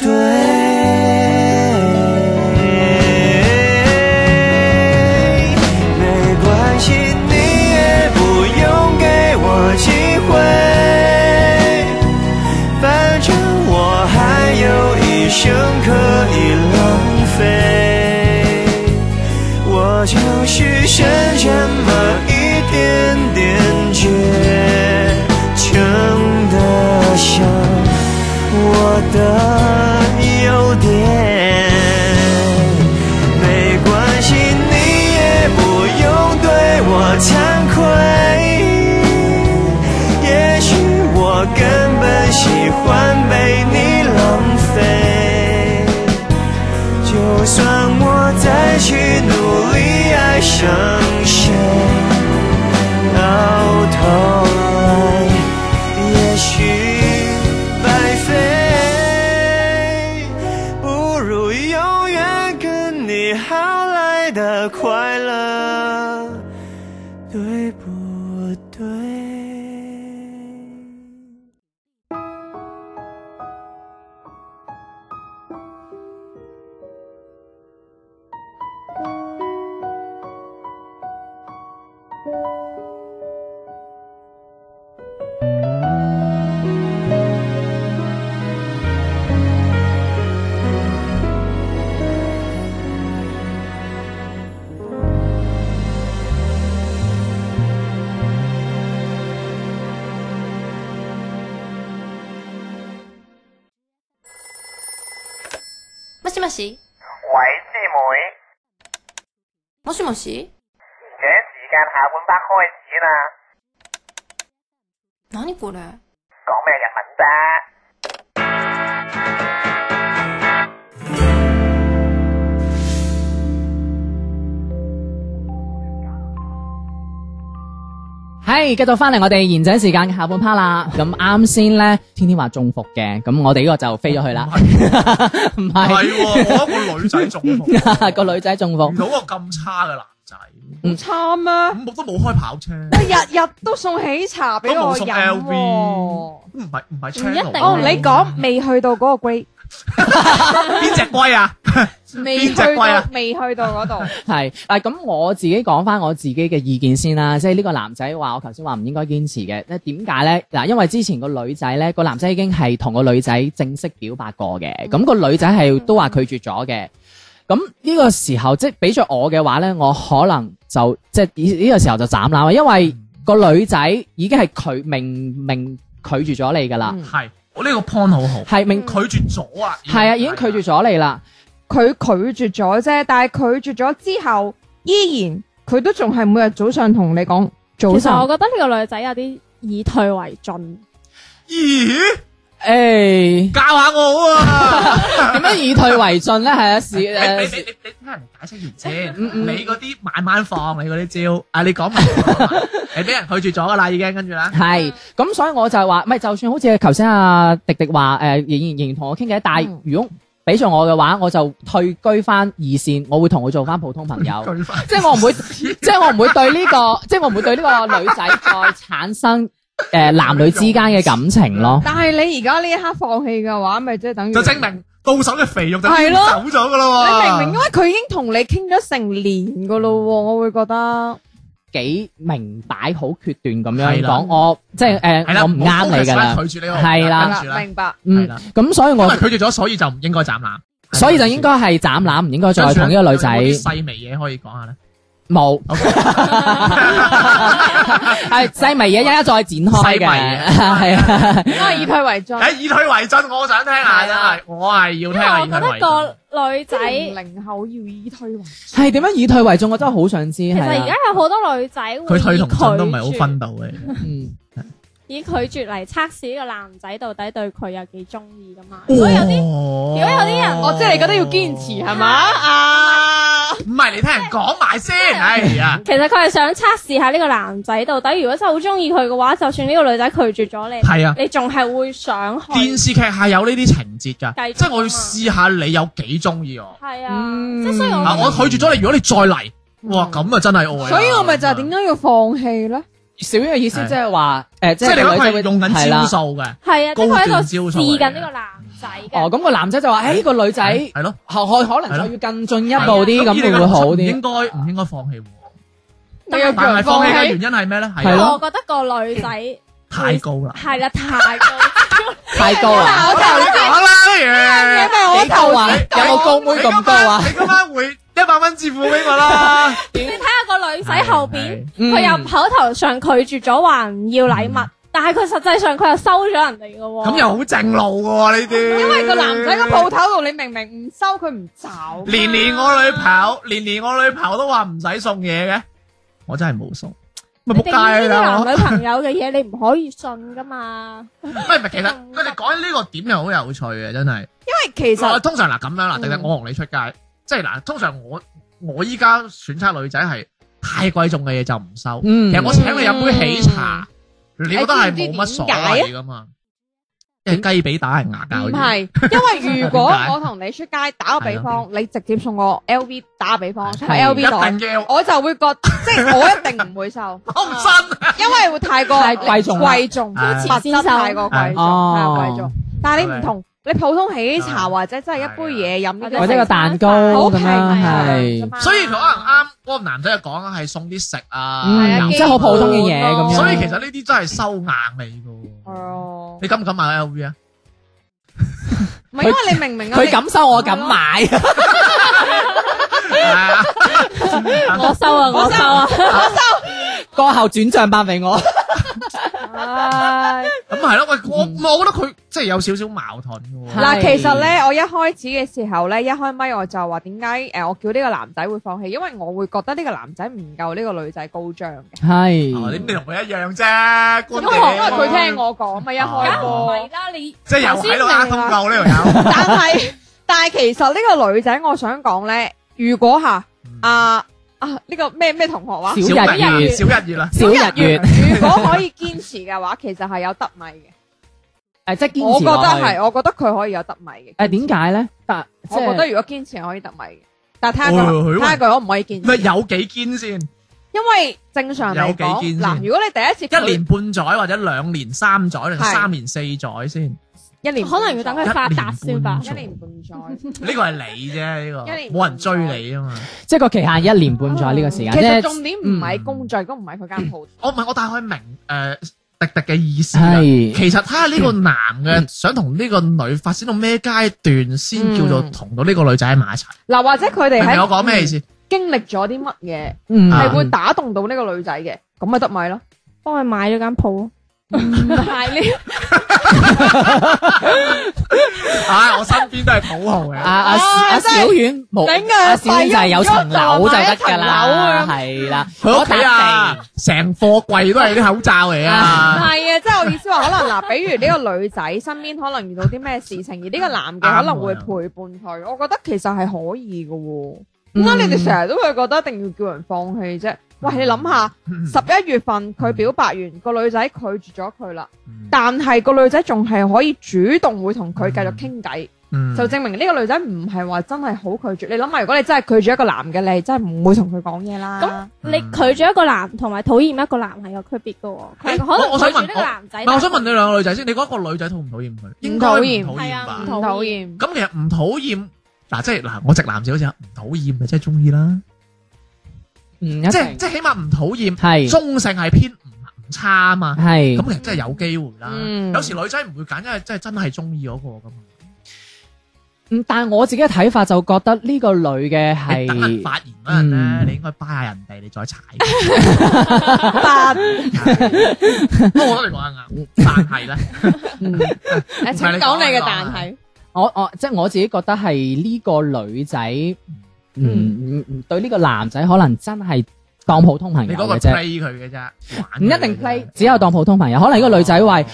S5: 对。没关系，你也不用给我机会，反正我还有一生可以浪费。我就是剩这么一点点倔强的想我的优点。没关系，你也不用对我惭愧。也许我根本喜欢被你浪费，就算我再去努力爱上谁，到头来也许白费，不如永远跟你好来的快乐，对不对？
S6: もしもし
S7: 喂，師
S6: も
S7: 妹，
S6: しもし
S7: 而且時間下半 part 開始啦，
S6: 何これ
S7: 講咩日文啫？
S1: 系，繼續翻嚟我哋賢者時間嘅下半 part 啦。咁啱先咧，天天話中伏嘅，咁我哋呢個就飛咗去啦。 [laughs] 唔
S2: 係
S1: 係
S2: 喎，我一個女仔中伏，遇
S1: [laughs] 個女仔中嗯伏，
S2: 到個咁差嘅男仔，
S3: 差咩？
S2: 咁我都冇開跑車，
S3: 我日日都送喜茶俾我
S2: 都冇送
S3: 飲
S2: LV
S3: 喎。
S2: 唔係唔係
S4: 唔一定
S2: channel
S3: 哦，
S2: 啊
S3: 你講未去到嗰個 grade，
S2: 邊只龜啊？
S3: 未
S2: 邊
S3: 去
S2: 隻龜啊
S3: 到未去到嗰度，
S1: 係。但啊係咁我自己講翻我自己嘅意見先啦，即係呢個男仔話我頭先話唔應該堅持嘅，咧點解咧？嗱，因為之前個女仔咧，個男仔已經係同個女仔正式表白過嘅，咁、個女仔係都話拒絕咗嘅。咁呢個時候即係俾咗我嘅話咧，我可能就即係呢呢個時候就斬纜啦，因為個女仔已經係佢明明拒絕咗你噶啦，
S2: 係，我呢個 point 好好，
S1: 係明
S2: 拒絕咗啊，
S1: 係啊，已經拒絕咗你啦。
S3: 佢拒絕咗啫，但係拒絕咗之後，依然佢都仲係每日早上同你講早
S4: 其實我
S3: 晨。
S4: 覺得呢個女仔有啲以退為進，
S2: 咦？
S1: 诶，
S2: 教下
S1: [laughs]
S2: 我啊！
S1: 点樣以退為進咧？係啊，是
S2: [laughs] 你你
S1: 诶，
S2: 你你聽人解釋完先，
S1: 嗯嗯
S2: 你嗰啲慢慢放，你嗰啲招，啊你
S1: [laughs]
S2: 講埋你講埋，你俾人拒絕咗噶啦，已經跟住啦，
S1: 係咁，所以我就係話，唔係就算好似頭先阿迪迪話诶，仍然仍然同我傾偈，但係
S3: 嗯
S1: 如果俾咗我嘅話，我就退居翻二線，我會同佢做翻普通朋
S2: [laughs]
S1: 友。
S2: 拒翻。
S1: 即係我唔會，即係我唔會對呢、個，即係我唔會對呢個女仔再產生诶、呃男女之間嘅感情咯。
S3: 但係你而家呢一刻放棄嘅話，咪即係等於
S2: 就證明到手嘅肥肉就
S3: 係
S2: 走
S3: 咯
S2: 咗噶
S3: 你
S2: 啦喎。
S3: 明明因為佢已經同你傾咗成年噶咯喎，我會覺得
S1: 幾明擺好決斷咁樣
S2: 係啦
S1: 講，我即係诶、
S2: 係
S1: 呃
S2: 啦，
S1: 我唔啱你㗎啦
S2: 唔好 focus 啦。拒絕呢個
S1: 係啦
S2: 跟住啦，
S3: 明白。
S1: 嗯
S2: 係啦，
S1: 咁所以
S2: 因
S1: 我
S2: 為拒絕咗，所以就唔應該斬攬。
S1: 所以就應該係斬攬，唔應該再同呢個女仔
S2: 有冇啲細微嘢可以講下咧。 [laughs]
S1: 冇。係細微嘢一一再展開
S2: 細微嘢
S1: 嘅，係啊，
S3: 都係以退為進。
S2: 誒，以退為進，我想聽下真係，我係要
S4: 因
S2: 聽
S4: 為
S2: 下
S4: 我
S2: 以退
S4: 覺
S2: 為
S4: 得
S2: 進。
S4: 個女
S3: 即
S4: 仔，
S3: 係
S4: 其
S3: 零後要以退為進。
S1: 係點樣以退為進？我真係好想知。
S4: 實
S1: 係啊
S4: 而家有好多女仔會
S2: 佢退
S4: 以
S2: 同進都唔係好
S4: 拒絕
S2: 分到嘅。
S1: 嗯
S4: 以拒絕嚟測試呢個男仔到底對佢有幾中意噶
S2: 哦
S4: 嘛。所以有啲
S2: 如
S4: 如果有啲人
S3: 哦，即係你覺得要堅持係嘛？啊，
S2: 唔係你聽人講埋先，哎呀，
S4: 其實佢係想測試下呢個男仔到底，如果真係好中意佢嘅話，就算呢個女仔拒絕咗你，
S2: 係啊，
S4: 你仲係會想去。
S2: 電視劇係有呢啲情節㗎，
S4: 繼續
S2: 即係我要試下你有幾中意我。
S4: 係啊，
S3: 嗯
S4: 即係所以我
S2: 嗱，我拒絕咗你，如果你再嚟，哇，咁啊真係愛啦。
S3: 所以我咪就係點解要放棄咧？
S1: 小英嘅意思即係話誒，
S2: 即
S1: 即
S2: 係你
S1: 個
S2: 講
S1: 女
S2: 佢
S1: 仔
S2: 係
S1: 會
S2: 用緊
S1: 係啦
S2: 招數嘅。
S4: 係啊，即
S2: 高
S4: 係佢喺
S2: 段
S4: 度
S2: 招數嚟嘅
S4: 試緊呢個男仔嘅。
S1: 哦，咁個男仔就話：，誒呢個女仔
S2: 係咯，
S1: 可可能再要更進一步啲，咁
S2: 依你
S1: 會
S2: 嘅
S1: 唔會好
S2: 邏輯唔
S1: 啲？
S2: 應該唔應該放棄喎？
S3: 你又
S2: 但
S3: 放
S2: 係放棄嘅
S3: 棄
S2: 原因係咩咧？係
S1: 係
S2: 啊
S1: 咯
S4: 我覺得個女仔
S2: 太高啦。
S4: 係啦，太高。
S2: [laughs]
S1: 太高啦！
S3: 我頭先
S2: 講啦，
S3: 因為我
S1: 幾高
S3: 頭
S1: 啊？
S3: 先
S1: 有冇高妹咁高啊？
S2: 你今晚會一百蚊支付俾 [laughs] 我啦。
S4: 你睇下個女仔後邊，
S1: 嗯
S4: 佢又口頭上拒絕咗話唔要禮物，但係佢實際上佢又收咗人哋嘅喎。
S2: 咁又好正路嘅喎呢啲。
S3: 因為個男仔個鋪頭度，你明明唔收佢唔找。
S2: 年年我女朋友，年年我女朋友都話唔使送嘢嘅，我真係冇送。咪
S4: 你
S2: 仆
S4: 哋呢
S2: 街
S4: 啲
S2: 啦！我
S4: 男女朋友嘅嘢，你唔可以信噶嘛。
S2: 喂，唔係其實佢哋講呢個點又好有趣嘅，真
S3: 因
S2: 係。
S3: 為其
S2: 嗱，
S3: 實
S2: 通常嗱咁樣啦，
S3: 嗯
S2: 定定我同你出街，即係嗱，通常我我依家選擇女仔係太貴重嘅嘢就唔收。
S1: 嗯
S2: 其實我請你飲杯喜茶，你覺得係冇乜所謂噶嘛？因為雞髀打人牙
S1: [laughs]
S3: 唔
S2: 膠嘢。
S3: 係，因為如果
S2: 點解
S3: 我同你出街打個比方，你直接送我 LV 打個比方，送我
S1: 係
S3: LV 袋
S2: 一。定嘅，
S3: 我就會覺
S1: [laughs]
S3: 即係我一定唔會收，
S2: 我唔信。
S3: 因為會太過
S1: 太貴重啦
S3: 貴重，物
S2: 係
S3: 質太過貴重，
S1: 哦啊
S3: 太過貴重。但係你唔同，你普通喜茶或者真係一杯嘢飲呢
S4: 係
S3: 啲，
S1: 或者個蛋糕
S3: 好
S1: 咁
S3: 平
S1: 樣
S3: 係
S1: 係，
S2: 所以佢可能啱嗰個男仔講係送啲食啊，
S1: 嗯，
S2: 飲
S1: 即係好普通嘅嘢咁樣。
S2: 所以其實呢啲真係收硬你噶喎。
S3: 哦，
S2: 你敢唔敢買 LV 啊？
S3: 唔係因為你明唔明啊？
S1: 佢咁收我咁買，
S2: [laughs] 係啊
S4: 我收啊，我收啊。
S1: 過後轉帳翻俾我。
S3: 唉
S2: 咁係咯，喂，我我覺得佢即係有少少矛盾嘅喎。
S3: 嗱，
S1: 係
S3: 其實咧，我一開始嘅時候咧，一開咪我就話點解誒，我叫呢個男仔會放棄，因為我會覺得呢個男仔唔夠呢個女仔高漲嘅，
S2: 哦你
S1: 係
S2: 你同佢一樣啫，因
S3: 因為因為佢聽我講咪一開
S2: 哦
S3: 波。
S4: 係啦，你
S2: 即係又喺度呃通夠呢條友。
S3: 但係 [laughs] 但係其實呢個女仔，我想講咧，如果吓啊啊呢個咩咩同學話，
S1: 小日
S2: 小日
S1: 月
S2: 月，，小日月啦，
S1: 小日月，
S3: 如果可以堅持嘅話，其實係有得米嘅。
S1: 誒即係堅持
S3: 我覺得
S1: 落去
S3: 係，我覺得佢可以有得米嘅。
S1: 誒點解咧？但即
S3: 我覺得
S1: 係
S3: 如果堅持可以得米嘅，但係睇下
S2: 哦
S3: 佢
S2: 佢
S3: 睇下佢可唔可以堅
S2: 咪
S3: 持？
S2: 有幾堅先？
S3: 因為正常嚟
S2: 有幾
S3: 講，
S2: 堅
S3: 嗱，
S2: 先
S3: 如果你第一次
S2: 一年半載或者兩年三載定
S3: 係
S2: 三年四載先？呢
S3: 一年半
S4: 可能要等佢發達先吧。
S3: 一年半載，
S2: 個係你啫，呢個
S3: 一年
S2: 冇人追你啊嘛。
S1: 即係個期限一年半載呢個時間，
S3: 其
S1: 即
S3: 實
S1: 係
S3: 重點唔係工作，都唔係佢間鋪。
S2: 我唔係我大概明誒迪迪嘅意思啦。
S1: 係
S2: 其實睇下呢個男嘅想同呢個女發展到咩階段先叫做同到呢個女仔喺埋一齊。
S3: 嗱，或者佢哋
S2: 明唔明我
S3: 喺
S2: 講咩意思？
S3: 經歷咗啲乜嘢？
S1: 嗯
S3: 係
S2: 啊
S3: 會打動到呢個女仔嘅，咁咪得咪咯。
S4: 幫佢買咗間鋪。唔係呢，
S2: 唉，我身邊都係土豪
S1: 阿
S2: 嘅。
S1: 阿阿小丸冇，
S3: 頂啊
S1: 阿小丸就係有層樓就得㗎啦，
S3: 買
S1: 係啦，
S2: 佢屋
S1: 嗰
S2: 企啊
S1: 笪，
S2: 成貨櫃都係啲口罩嚟
S3: 唔
S2: 啊！
S3: 係啊，即係我意思話，可能嗱，比如呢個女仔身邊可能遇到啲咩事情，而呢個男嘅可能會陪伴佢，我覺得其實係可以嘅喎。點解你哋成日都會覺得一定要叫人放棄啫？喂，你諗下，
S2: 嗯
S3: 十一月份佢表白完，個女仔拒絕咗佢啦，
S2: 嗯
S3: 但係個女仔仲係可以主動會同佢繼續傾偈，
S2: 嗯
S3: 就證明呢個女仔唔係話真係好拒絕。你諗下，如果你真係拒絕一個男嘅，你真係唔會同佢講嘢啦。
S4: 咁你拒絕一個男同埋討厭一個男係有區別噶喎，佢係可
S2: 我我
S4: 能拒
S2: 想問
S4: 絕呢個男仔，
S2: 唔係我想問你兩個女仔先，你覺得個女仔討唔討厭佢？應該
S3: 討
S2: 唔討
S3: 厭 [laughs]
S4: 係
S2: 厭
S4: 啊
S2: 吧
S4: 唔
S3: 唔？
S4: 討
S3: 討厭。
S2: 咁其實唔討厭嗱，即係嗱，我直男就好似唔討厭咪即係中意啦，
S1: 唔一
S2: 即係
S1: 定
S2: 即係起碼唔討厭，
S1: 係
S2: 中性係偏唔唔差啊嘛。
S1: 係
S2: 咁其實真係有機會啦。
S3: 嗯
S2: 有時女仔唔會揀，因為真係真係中意嗰個噶嘛。
S1: 嗯，但係我自己嘅睇法就覺得呢個女嘅
S2: 你等人
S1: 係
S2: 發言嗰陣咧，
S1: 嗯
S2: 你應該巴下人哋，你再踩。
S3: 八
S2: [laughs] 不過我覺得你講得啱，但係
S1: [laughs]
S2: 咧，
S1: 嗯
S3: 誒，請講你嘅但係，
S1: 我我即係我自己覺得係呢個女仔，嗯，嗯對呢個男仔可能真係當普通朋
S2: 你
S1: 友
S2: 嗰個
S1: 嘅啫，
S2: play 佢嘅啫，玩
S1: 唔一
S2: 佢嘅啫
S1: 定 play，只有當普通朋友。可能呢個女仔話寂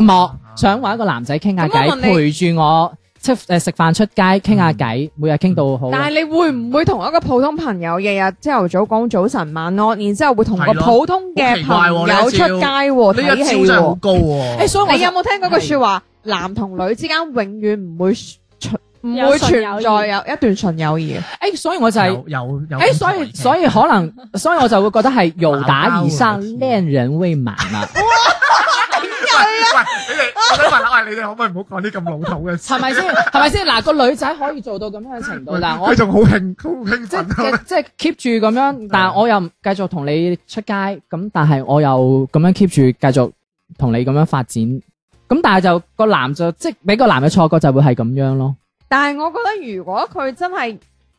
S1: 寞
S2: 哦，
S1: 想揾一個男仔傾下
S3: 咁我
S1: 偈，
S3: 問你
S1: 陪住我即誒食飯出街傾下偈，每日傾到好。
S3: 但係你會唔會同一個普通朋友日日朝頭早講早晨晚安，然之後會同個
S2: 係咯
S3: 普通嘅朋友出街喎
S2: 呢一
S3: 睇
S2: 招
S3: 戲
S2: 真係好
S3: 喎？
S2: 高
S1: 誒，
S2: 喎。
S1: 所以我
S3: 你有冇聽過句説話？男同女之間永遠唔會存唔
S4: 有
S3: 會
S4: 純
S3: 存
S4: 友誼
S3: 在有一段純友誼嘅。
S1: 誒，所以我就係
S2: 有有有
S1: 誒，所以所以可能，所以我就會覺得係友達以上，戀人未滿啦，
S2: 喂，你哋我想問下，喂，你哋可唔可以唔好講啲咁老土嘅
S1: [laughs]
S2: 事？
S1: 係咪先？係咪先？嗱，個女仔可以做到咁樣嘅程度，但係我
S2: 佢仲好興好 [laughs] 興
S1: 即
S2: 奮啊！
S1: 即即 keep 住咁樣，但係我又唔繼續同你出街，咁但係我又咁樣 keep 住繼續同你咁樣發展，咁但係就個男就即係俾個男嘅錯覺就會係咁樣咯。
S3: 但係我覺得如果佢真係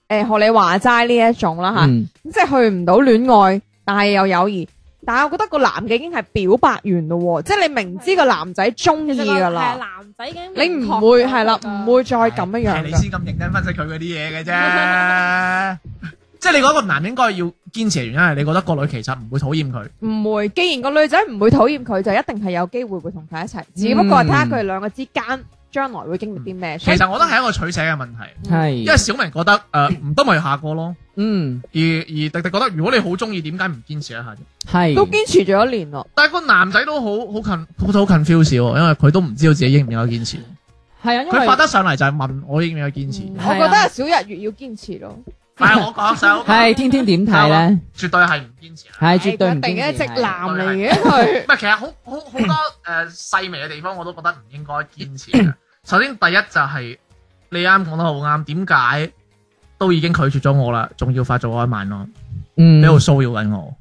S3: 誒學你話齋呢一種啦嚇，
S1: 嗯，
S3: 咁即係去唔到戀愛，但係又友誼。但係我覺得個男嘅已經係表白完咯喎，即係你明知個男仔中
S4: 其
S3: 意
S4: 實
S3: 㗎
S4: 個係
S3: 啦。
S4: 男仔已經
S3: 你
S4: 明
S3: 唔
S4: 確
S3: 會
S4: 咗
S3: 係啦，
S4: 㗎
S3: 唔會再咁樣
S2: 係
S3: 樣
S2: 你
S3: 㗎。
S2: 先咁認真分析佢嗰啲嘢嘅 [laughs] 啫。即係你覺得個男應該要堅持嘅原因係你覺得個女其實唔會討厭佢，
S3: 唔會，既然個女仔唔會討厭佢，就一定係有機會會同佢一齊。只不過係睇下佢哋兩個之間將來會經歷啲咩。
S2: 其實我覺得係一個取捨嘅問題，因為
S1: 係，
S2: 小明覺得誒唔得咪下個咯，
S1: 嗯，
S2: 而而迪迪覺得如果你好中意，點解唔堅持一下啫？
S1: 係，
S3: 都堅持咗一年咯。
S2: 但係個男仔都好好近好 confuse 喎，因為佢都唔知道自己應唔應該堅持。
S1: 係啊，因
S2: 佢
S1: 為
S2: 發得上嚟就係問我應唔應該堅持，
S3: 我覺得係小日月要堅持咯。
S2: 但係我講手
S1: 係天天點睇咧，
S2: 絕對係唔堅持啊。
S1: 係絕對唔
S3: 定
S1: 堅
S3: 一
S1: 持
S3: 直
S1: 係
S3: 男嚟嘅佢。
S2: 唔係，其實好好好
S3: [coughs]
S2: 多誒、呃、細微嘅地方，我都覺得唔應該堅持嘅。首先第一就係、你啱講得好啱，點解都已經拒絕咗我啦，仲要發做愛萬咯，
S1: 嗯
S2: 你喺度騷擾緊我。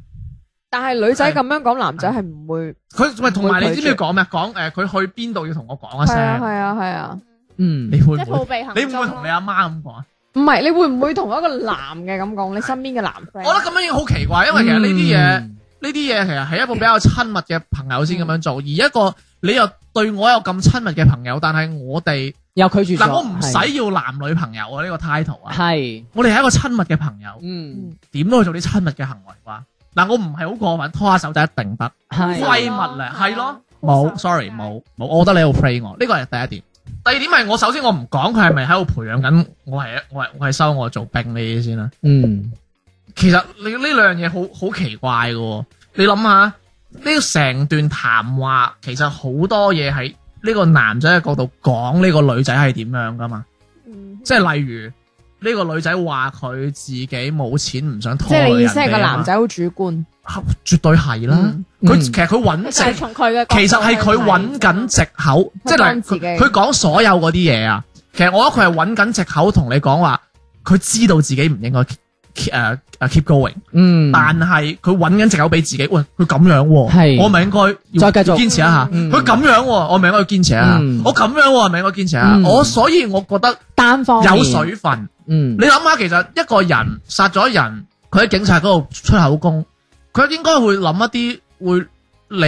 S3: 但係女仔咁樣講，男仔係唔會。
S2: 佢喂，同埋
S3: 唔
S2: 你
S3: 會
S2: 知
S3: 拒絕
S2: 唔知佢講咩？講誒，佢、去邊度要同我講一
S3: 係啊係
S2: 聲。
S3: 啊係啊。
S1: 嗯
S2: 你會
S4: 即
S2: 唔
S4: 係報
S2: 會？
S4: 備行
S2: 你會唔會
S4: 蹤
S2: 同你
S4: 咯
S2: 阿媽咁講啊？
S3: 唔係，你會唔會同一個男嘅咁講？你身邊嘅男
S2: 我
S3: friend？
S2: 覺得咁樣已經好奇怪，因為其實呢啲嘢。
S3: 啊嗯
S2: 呢啲嘢其實係一個比較親密嘅朋友先咁樣
S3: 嗯
S2: 做，而一個你又對我有咁親密嘅朋友，但係我哋
S1: 又拒絕咗，
S2: 嗱我唔使要男女朋友啊呢個 title 啊，
S1: 係，
S2: 我哋係一個親密嘅朋友，
S1: 嗯
S2: 點都去做啲親密嘅行為啩？嗱我唔係好過分，拖下手就一定得，
S1: 係，
S2: 閨蜜咧係咯，冇，sorry 冇冇，我覺得你喺度 play 我，呢個係第一點。第二點係我首先我唔講佢係咪喺度培養緊我係我係我係收我做兵呢啲先啦。
S1: 嗯
S2: 其實你呢兩樣嘢好好奇怪嘅喎，你諗下呢成段談話，其實好多嘢係呢個男仔嘅角度講呢個女仔係點樣噶嘛，
S3: 嗯
S2: 即係例如呢、個女仔話佢自己冇錢唔想拖
S3: 即係你意思
S2: 累
S3: 係
S2: 人
S3: 個
S2: 哋啊嘛
S3: 男仔好主觀。
S2: 啊絕對係啦，佢、
S3: 嗯
S1: 嗯
S2: 其實佢揾
S4: 就係
S2: 藉，
S4: 從佢嘅角度
S2: [laughs] 其實係佢
S4: 去睇
S2: 揾緊藉口，即係
S3: 幫
S2: 嗱
S3: 自己
S2: 佢佢講所有嗰啲嘢啊，其實我覺得佢係揾緊藉口同你講話，佢知道自己唔應該 keep 誒誒 keep going。
S1: 嗯，
S2: 但係佢揾緊藉口俾自己，喂，佢咁樣
S1: 係
S2: 喎，我咪應該要
S1: 再繼續
S2: 堅持一下。
S1: 嗯
S2: 佢咁樣喎，我咪應該要堅持一下
S1: 嗯。
S2: 我咁樣喎，我咪應該堅持一下
S1: 嗯。
S2: 我所以我覺得
S1: 單方面
S2: 有，水分。
S1: 嗯
S2: 你諗下，其實一個人殺咗人，佢喺警察嗰度出口供，佢應該會諗一啲會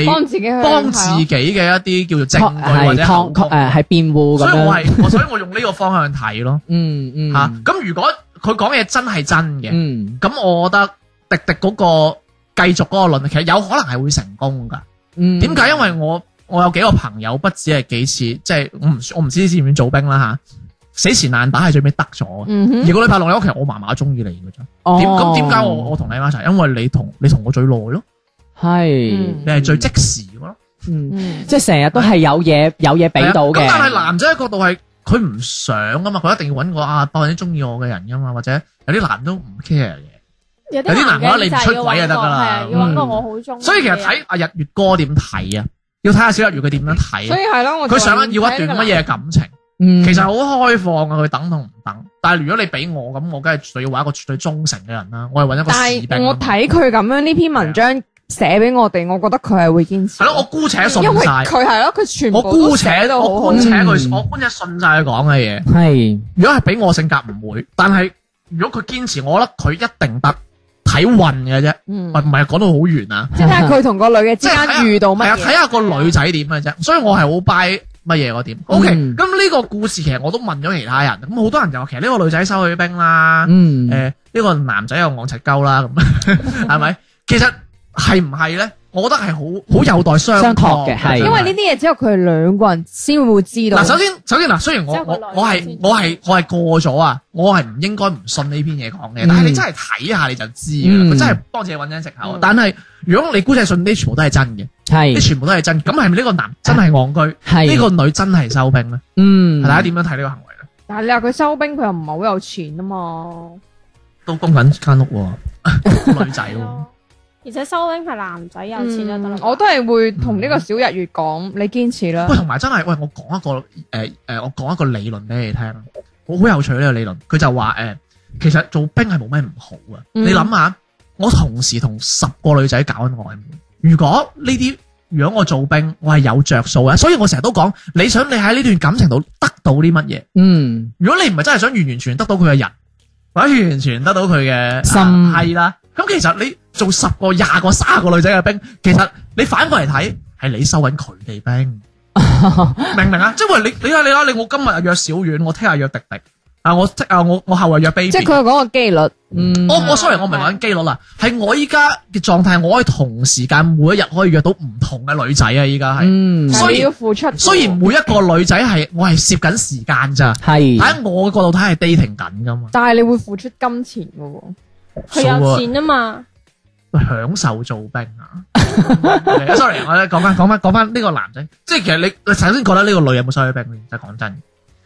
S2: 你
S3: 幫自己去
S2: 幫自己嘅一啲叫做證據或
S1: 係
S2: 者
S1: 抗
S2: 口
S1: 抗
S2: 供
S1: 誒係辯護咁
S2: 所以我
S1: 樣，
S2: 係，我所以我用呢個方向睇咯
S1: 嗯 [laughs] 嗯
S2: 嚇。咁如果佢講嘢真係真嘅，
S1: 嗯
S2: 咁我覺得迪迪嗰個繼續嗰個論，其實有可能係會成功㗎。
S1: 嗯，
S2: 點解？因為我我有幾個朋友，不止係幾次，即係我唔我唔知知唔知做兵啦嚇，死纏爛打係最尾得咗嘅。
S3: 嗯
S2: 而
S3: 哼，
S2: 個女拍落嚟，其實我麻麻中意你嘅啫。
S1: 哦
S2: 點咁點解我我同你喺一齊？因為你同你同我最耐咯，
S1: 係
S3: 嗯
S2: 你係最即時嘅咯。
S1: 嗯，
S3: 嗯
S1: 即係成日都係有嘢有嘢俾到嘅。
S2: 係啊咁但係男仔嘅角度係佢唔想噶嘛，佢一定要揾個啊百分之中意我嘅人噶嘛，或者有啲男都唔 care 嘅。有
S4: 有
S2: 啲男嘅你唔
S4: 就係
S2: 出
S4: 要
S2: 軌就
S4: 揾
S2: 得
S4: 個
S2: 㗎啦
S4: 係啊要揾個
S1: 嗯
S4: 我好中意嘅人。
S2: 所以其實睇阿日月哥點睇啊，要睇下小日月佢點樣睇
S3: 所以
S2: 啊。
S3: 係咯，我就
S2: 佢想
S3: 話
S2: 要一段乜？嘢感情，
S1: 嗯，
S2: 其實好開放啊，佢等同唔等。但係如果你俾我咁，我梗係絕對要揾一個絕對忠誠嘅人啦。我係揾一個
S3: 但
S2: 士
S3: 係
S2: 兵啊
S3: 我
S2: 嘛。
S3: 睇佢咁樣呢篇文章寫俾我哋，我覺得佢係會堅持。
S2: 係咯，我姑且信
S3: 因為
S2: 晒，
S3: 佢係咯，佢全部
S2: 我
S3: 都
S2: 姑
S3: 寫
S2: 且
S3: 到
S2: 我
S3: 好好
S2: 姑。且
S1: 嗯
S2: 佢，我姑且信晒佢講嘅嘢。
S1: 係
S2: 如果係俾我性格唔會，但係如果佢堅持，我覺得佢一定得睇運嘅啫，
S3: 嗯
S2: 唔係唔係講到好遠啊，
S3: 即係睇下佢同個女嘅之
S2: 即係睇下
S3: 間遇到乜
S2: 係啊
S3: 嘢。
S2: 睇下個女仔點嘅啫，所以我係好 buy 乜嘢嗰點。OK，
S1: 嗯
S2: 咁呢個故事其實我都問咗其他人，咁好多人就話其實呢個女仔收佢兵啦，
S1: 嗯
S2: 誒呢個男仔又戇柒鳩啦，咁
S1: [laughs]
S2: 係咪？其實係唔係咧？我覺得係好好有待商
S1: 商
S2: 榷
S1: 榷嘅係
S3: 因為呢啲嘢只有佢哋兩個人先會知道。
S2: 嗱，首先首先嗱，雖然我
S4: 即係個
S2: 我
S4: 內
S2: 我
S4: 容
S2: 係
S4: 先
S2: 我係我係過咗啊，我係唔應該唔信呢篇嘢講嘅，
S1: 嗯
S2: 但係你真係睇下你就知㗎啦，
S1: 嗯
S2: 佢真係幫自己揾緊藉口啊
S3: 嗯。
S2: 但係如果你姑且信呢全部都係真嘅，呢
S1: 係
S2: 全部都係真，咁係咪呢個男真係戇居？
S1: 嗯係
S2: 呢個女真係收兵咧？
S1: 嗯，
S2: 大家點樣睇呢個行為咧？
S3: 但係你話佢收兵，佢又唔係好有錢啊嘛。
S2: 都供緊間 [laughs] 屋喎，女仔
S4: 係
S2: 喎
S4: 咯，而且收拎係男仔有錢就得啦
S3: 嗯。我都係會同呢個小日月講，你堅持啦
S2: 喂，。同埋真係喂，我講一個誒誒、呃我講一個理論俾你聽，啊好好有趣呢個理論。佢就話誒、呃其實做兵係冇咩唔好啊。
S3: 嗯
S2: 你諗下，我同時同十個女仔搞緊曖昧，如果呢啲如果我做兵，我係有着數啊。所以我成日都講，你想你喺呢段感情度得到啲乜嘢？
S1: 嗯
S2: 如果你唔係真係想完完全得到佢嘅人，或者完全得到佢嘅
S1: 心
S2: 啊係啦。咁其實你做十個、廿個、卅個女仔嘅兵，其實你反過嚟睇，係你收緊佢哋兵，明唔明啊？即係喂，你你睇你啦，你我今日約小遠，我聽日約迪迪，啊我即啊我我後日約 baby，
S3: 即係佢講個機率。
S1: 嗯，
S2: 我我 sorry，我唔係玩機率啦，係我依家嘅狀態，我可以同時間每一日可以約到唔同嘅女仔啊！依家係，
S1: 嗯
S2: 雖
S3: 所
S2: 然
S3: 以要付出。
S2: 雖然每一個女仔係我係攝緊時間咋，
S1: 係
S2: 但喺我嘅角度睇係 dating 緊噶嘛。
S3: 但係你會付出金錢噶喎。
S4: 佢
S2: 數啊
S4: 有錢啊嘛，
S2: 享受做兵啊 [laughs] 係！sorry，我咧講翻講翻講翻呢個男仔，即係其實你你首先覺得呢個女有冇收咗兵先？就講真，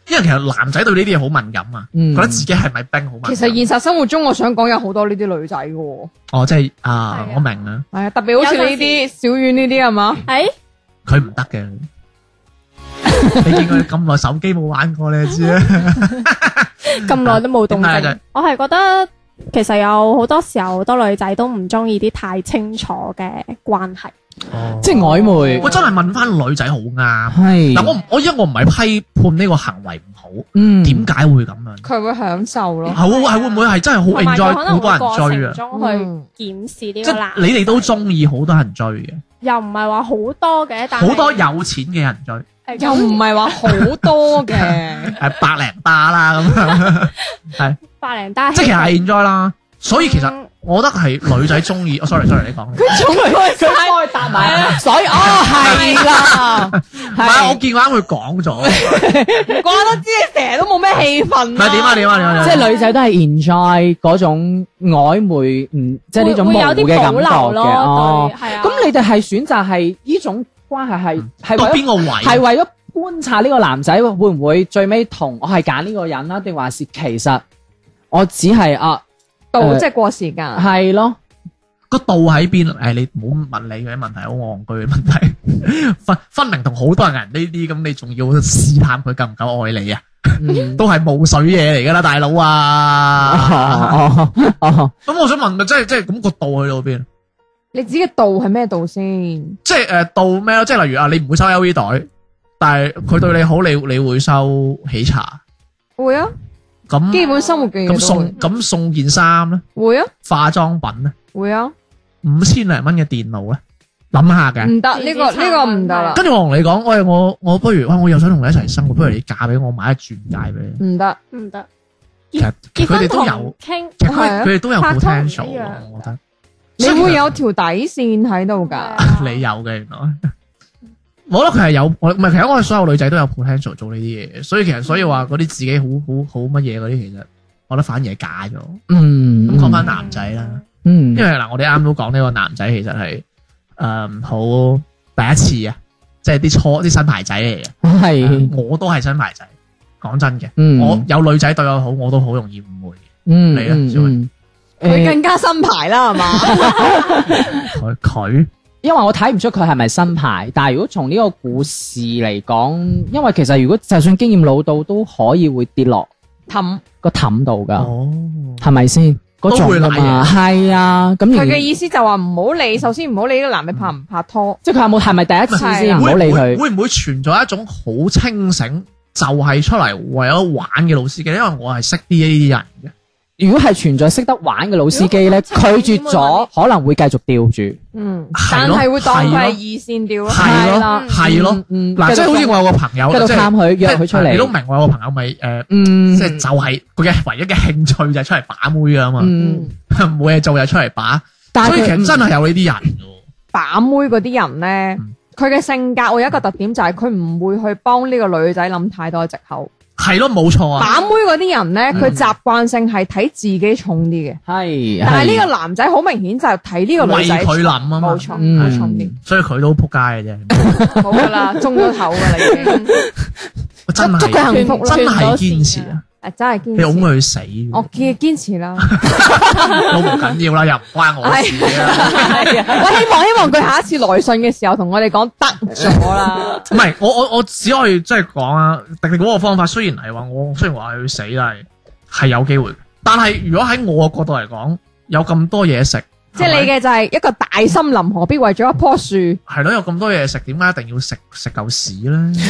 S2: 因為其實男仔對呢啲嘢好敏感啊，
S1: 嗯
S2: 覺得自己係咪兵好敏感。
S3: 其實現實生活中，我想講有好多呢啲女仔嘅喎，
S2: 哦，即係啊
S4: 係啊，
S2: 我明啊，
S3: 係啊，特別好似呢啲小遠呢啲係嘛，
S4: 誒
S2: 佢唔得嘅。 [laughs] 你見佢咁耐手機冇玩過，你就知啦。
S4: [laughs] 咁耐都冇動
S2: 點解咧
S4: 靜，我係覺得。其實有好多時候，好多女仔都唔中意啲太清楚嘅關係。嗯
S2: 哦
S1: 即係曖昧
S2: 我真係問翻女仔好啱。
S1: 係
S2: 嗱，我唔我因為我唔係批判呢個行為唔好，
S1: 嗯
S2: 點解會咁樣？
S3: 佢會享受咯
S2: 係。會係會唔會係真係好
S4: 同埋佢
S2: enjoy
S4: 可
S2: 好
S4: 能會過
S2: 多人追啊
S4: 程？中去檢視呢
S2: 即
S4: 個
S2: 係
S4: 男，
S2: 你哋都中意好多人追嘅，
S4: 又唔係話好多嘅，但係
S2: 好多有錢嘅人追，
S1: [laughs]
S2: 誒
S4: 誒
S3: 又唔係話好多嘅，
S2: 百零巴啦咁樣，
S1: [laughs]
S4: 百零單，
S2: 即係其實係 enjoy 啦。所以其實
S4: 嗯
S2: 我覺得係女仔中意。哦，sorry sorry，你講。唔
S1: 總佢佢答埋，
S2: 啊
S1: 所以哦
S3: 啊
S1: 係啦，
S2: 係我
S1: 係
S2: 見啱佢
S1: [laughs]
S2: 講咗，唔
S3: 唔怪得知你成日都冇咩氣氛啦。
S2: 係點啊點啊點啊！
S1: 即係女仔都係 enjoy 嗰種曖昧，嗯，即係呢種模
S4: 會會有
S1: 糊
S4: 啲
S1: 嘅
S4: 保
S1: 感覺
S4: 留咯，
S1: 嘅哦
S4: 對。係啊。
S1: 咁你哋係選擇係呢種關係係係
S2: 到
S1: 為
S2: 嗯邊
S1: 咗
S2: 個
S1: 係
S2: 位？啊
S1: 為咗觀察呢個男仔會唔會最尾同我係揀呢個人啊啦，定還是其實我只係啊
S3: 到
S1: 誒
S3: 即係過時間。
S1: 係咯，
S2: 個度喺邊？誒，你唔好問你嘅問題，好戇居嘅問題。 [laughs] 分分明同好多人呢啲咁，你仲要試探佢夠唔夠愛你啊？ [laughs]
S1: 嗯
S2: 都係冇水嘢嚟㗎啦，大佬
S1: [laughs]
S2: 啊！
S1: 哦哦哦，
S2: 咁我想問，咪即係即係咁個度去到邊？
S3: 你指嘅度係咩度先？
S2: 即係誒到咩咯？即係例如啊，你唔會收 LV 袋，但係佢對你好，你你會收喜茶。
S3: 會啊，基
S2: 咁
S3: 本生活嘅
S2: 嗯咁
S3: 嘢都
S2: 送
S3: 會
S2: 咁送件衫咧，
S3: 會啊，
S2: 化妝品咧，
S3: 會啊，
S2: 五千零蚊嘅電腦咧，諗下嘅。
S3: 唔得呢個呢個唔得啦，
S2: 跟住我同你講，喂，我我不如，喂，我又想同你一齊生活，不如你嫁俾我，買一鑽戒俾你。
S3: 唔得。
S4: 唔得。
S2: 其實其實
S4: 結
S2: 佢
S4: 婚
S2: 哋都
S4: 同
S2: 有，
S4: 傾，
S2: 其實
S3: 係
S2: 佢哋
S3: 啊
S2: 佢哋都有
S4: 拍拖唔一
S2: potential，
S4: 樣
S2: 嘅我覺得。
S3: 你
S2: 所以
S3: 會
S2: 其實
S3: 有條底線喺度㗎。
S2: [laughs] 你有嘅原來。我覺得佢係有，我唔係其實我哋所有女仔都有 potential 做呢啲嘢，所以其實所以話嗰啲自己好好好乜嘢嗰啲，其實我覺得反而係假咗。
S1: 嗯，
S2: 咁講翻男仔啦，
S1: 嗯，嗯
S2: 因為嗱，我哋啱都講呢個男仔其實係誒好第一次啊，即係啲初啲新牌仔嚟嘅，
S1: 係，
S2: 我都係新牌仔，講真嘅，
S1: 嗯，
S2: 啊我有女仔對我好，我都好容易誤會嘅。
S1: 嗯
S2: 你啊
S1: 嗯
S2: 小慧
S1: 嗯
S3: 佢
S1: 誒
S3: 更加新牌啦，係
S2: [laughs]
S3: 嘛？
S2: 佢佢
S1: 因為我睇唔出佢係咪新牌，但係如果從呢個故事嚟講，因為其實如果就算經驗老到，都可以會跌落
S3: 氹
S1: 個氹度㗎，
S2: 哦，
S1: 係咪先？嗰種㗎
S2: 都會賴
S1: 嘛，係啊，咁
S3: 佢
S1: 而
S3: 嘅意思就話唔好理，首先唔好理呢個男嘅拍唔拍拖。
S1: 即係佢有冇係咪第一次
S3: 係
S1: 先？
S3: 啊
S1: 唔好理
S2: 會
S1: 佢，
S2: 會唔會存在一種好清醒，就係出嚟為咗玩嘅老司機？因為我係識啲呢啲人嘅。
S1: 如果係存在識得玩嘅老司機咧，
S4: 如果佢
S1: 拒絕咗可能會繼續吊住。
S3: 嗯，
S2: 係
S3: 但
S2: 咯
S3: 係會當佢係
S2: 係
S3: 二
S2: 咯
S3: 線調咯。
S2: 係
S1: 係
S2: 咯
S1: 啦，
S2: 係咯。
S1: 嗯，
S2: 嗱，即係好似
S1: 我
S2: 我有個朋友，
S1: 繼續
S2: 即係
S1: 探佢，約佢出
S2: 即係你都
S1: 嚟。
S2: 明，我有個朋友咪誒，
S1: 嗯，
S2: 即係就係佢嘅唯一嘅興趣就係出嚟把妹啊嘛，
S1: 嗯，
S2: 冇嘢做就出嚟把。
S1: 但
S2: 所以
S1: 係
S2: 其實
S1: 佢
S2: 真係有呢啲人
S3: 嗯
S2: 嘅。
S3: 把妹嗰啲人咧
S2: 嗯，
S3: 佢嘅性格會有一個特點就係佢唔會去幫呢個女仔諗太多藉口。
S2: 係咯，冇錯啊。
S3: 把妹嗰啲人咧，佢習慣性係睇自己重啲嘅，
S1: 係，
S3: 但係呢個男仔好明顯就係睇呢個
S2: 為
S3: 女仔
S2: 佢諗啊嘛
S3: 冇錯，
S1: 嗯
S3: 佢重啲，
S2: 所以佢都撲街
S3: [laughs]
S2: 嘅啫，
S3: 冇噶啦，中咗頭噶啦已經，
S2: 真
S3: 祝佢
S2: 係
S3: 幸福啦
S2: 真係堅持啊！
S3: 啊真係
S2: 你
S3: 堅持，
S2: 擁佢去死，
S3: 我堅堅持啦。
S2: 都唔緊要啦，又唔關我事啊。
S3: 我希望希望佢下一次來信嘅時候同我哋講得咗啦。
S2: 唔係，我我我只可以即係講啊，迪迪嗰個方法雖然係話我雖然話係去死，但係係有機會嘅。但係如果喺我嘅角度嚟講，有咁多嘢食，
S3: 即係你
S2: 嘅
S3: 嘅就係一個大森林，何必為咗一棵樹？
S2: 係咯，有咁多嘢食，點解一定要食食嚿屎咧？
S1: [laughs]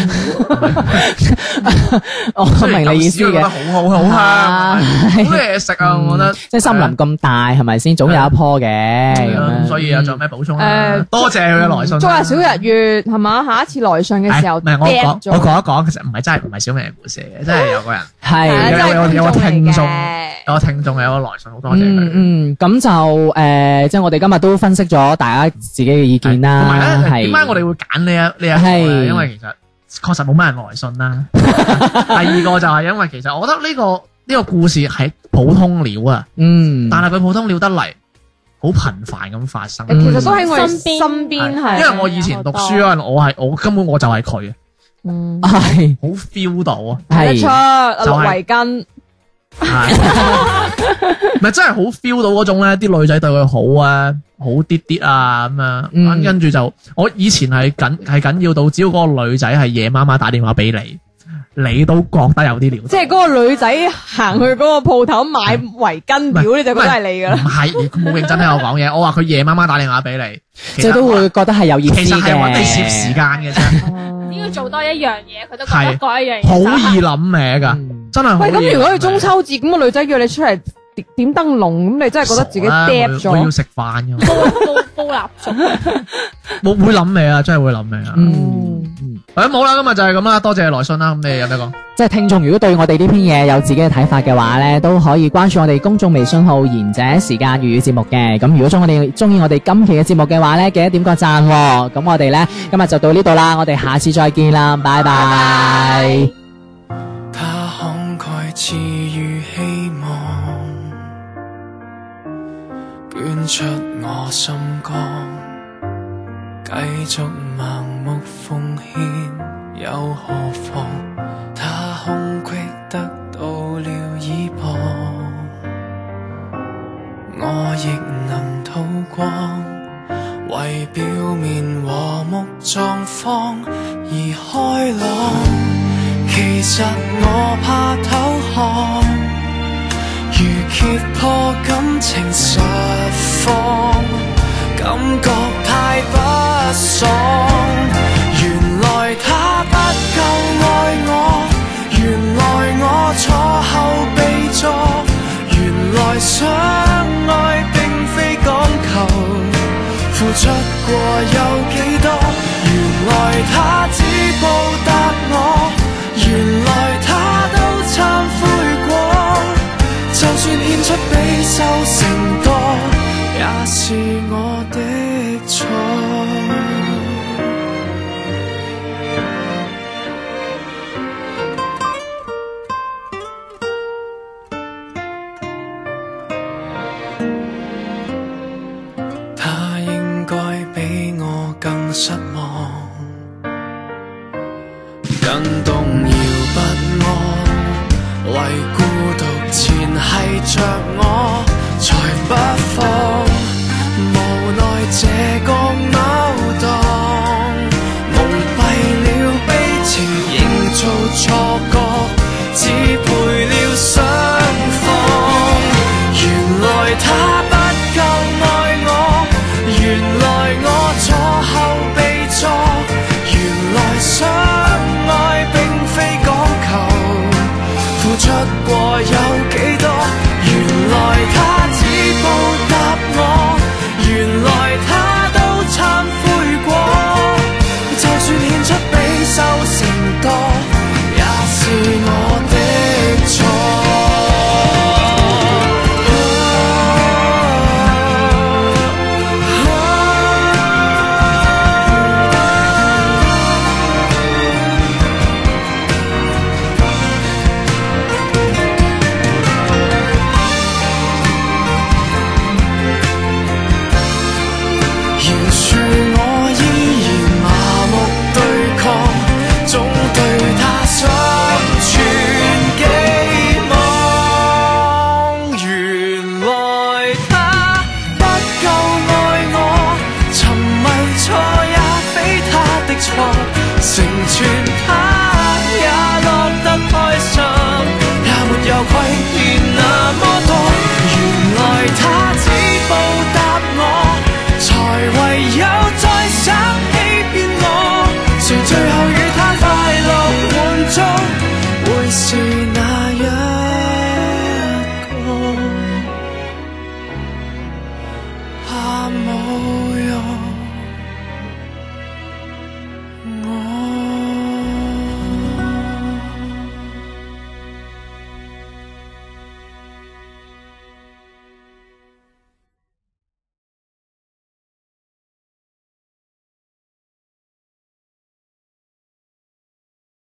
S1: 我明你意思
S2: 雖然嚿屎
S1: 嘅。
S2: 我覺得好好好
S1: 啊
S2: 香，好多嘢食啊！我覺得
S1: 嗯即係森林咁大，係咪先？總有一棵嘅咁
S2: 係啊
S1: 樣。
S2: 所以啊，仲有咩補充啊
S3: 誒？
S2: 多謝佢嘅來信啊。
S3: 祝下小日月係嘛？下一次來信嘅時候
S2: 唔係我講，
S3: 掉
S2: 我
S3: 咗
S2: 講一講，其實唔係真係唔係小明嘅故事嚟嘅，真係有個人
S3: 係啊
S1: 係
S2: 有
S3: 真係
S2: 有有有個聽
S3: 觀
S2: 眾
S3: 眾嚟嘅
S2: 有個聽眾有個來信，好多謝
S1: 嗯
S2: 佢。
S1: 嗯，咁就誒，即係我哋今日都分析咗大家自己嘅意見啦。
S2: 同埋咧，
S1: 係
S2: 點解我哋會揀呢一呢一個咧？
S1: 係
S2: 因為其實確實冇乜人來
S1: [laughs]
S2: 信啦。第二個就係因為其實我覺得呢個呢個故事係普通料啊，
S1: 嗯，
S2: 但係佢普通料得嚟好頻繁咁發生。
S3: 其
S1: 嗯
S3: 實都喺我哋
S4: 身邊啊
S3: 身邊
S2: 因
S3: 係，啊
S2: 為我以前讀書啊嗰陣，我係我根本我就係佢啊，
S3: 嗯
S1: 係
S2: 好 feel 到啊。
S3: 睇得
S1: 係
S3: 出啊
S2: 就
S3: 六圍
S2: 係
S3: 巾
S2: 係，咪真係好 feel 到嗰種咧，啲女仔對佢好啊，好啲啲啊咁啊，
S1: 嗯
S2: 跟住就我以前係緊係緊要到，只要嗰個女仔係夜媽媽打電話俾你，你都覺得有啲料到，
S3: 即係嗰個女仔行去嗰個鋪頭買圍巾表，你就覺得係你噶啦。
S2: 唔係佢冇認真聽我講嘢，我話佢夜媽媽打電話俾你，其
S1: 即係
S2: 實
S1: 都會覺得係有意思
S2: 其實係揾
S1: 嘅。
S2: 你攝時間嘅啫，
S4: 只要做多一樣嘢，佢都覺得嗰一樣嘢
S2: 好
S4: 就係
S2: 易諗歪噶，
S1: 嗯
S2: 啊真係好
S3: 喂，
S2: 易諗歪。
S3: 咁如果佢中秋節咁個女仔約你出嚟點點燈籠，咁你真係覺得自己
S2: 傻啦啊我要
S3: d
S2: 我要
S3: 咗。
S2: 食飯
S4: 高
S2: 噶，
S4: 高高立族。
S2: 我會諗歪啊，真係會諗歪啊。
S1: 嗯，嗯
S2: 誒冇啦，今日就係咁啦，多謝來信啦，咁你有咩講？
S1: 即係聽眾如果對我哋呢篇嘢有自己嘅睇法嘅話咧，都可以關注我哋公眾微信號賢者時間粵語節目嘅。咁如果中我哋中意我哋今期嘅節目嘅話咧，記得點個讚喎、咁我哋咧今日就到呢度啦，我哋下次再見啦，拜拜
S5: 他慷慨賜予希望，捐出我心肝，繼續盲目奉獻又何妨？他空隙得到了倚傍，我亦能吐光。為表面和睦狀況而開朗，其實我怕投降，如揭破感情實況，感覺太不爽。原來他不夠愛我，原來我坐後備座，原來相愛並非講求。付出過有幾多？原來他只報答我，原來他都懺悔過。就算獻出比收成多，也是我的錯。他應該比我更失望，更動搖不安，為孤獨纏繫着我，才不放。無奈這啊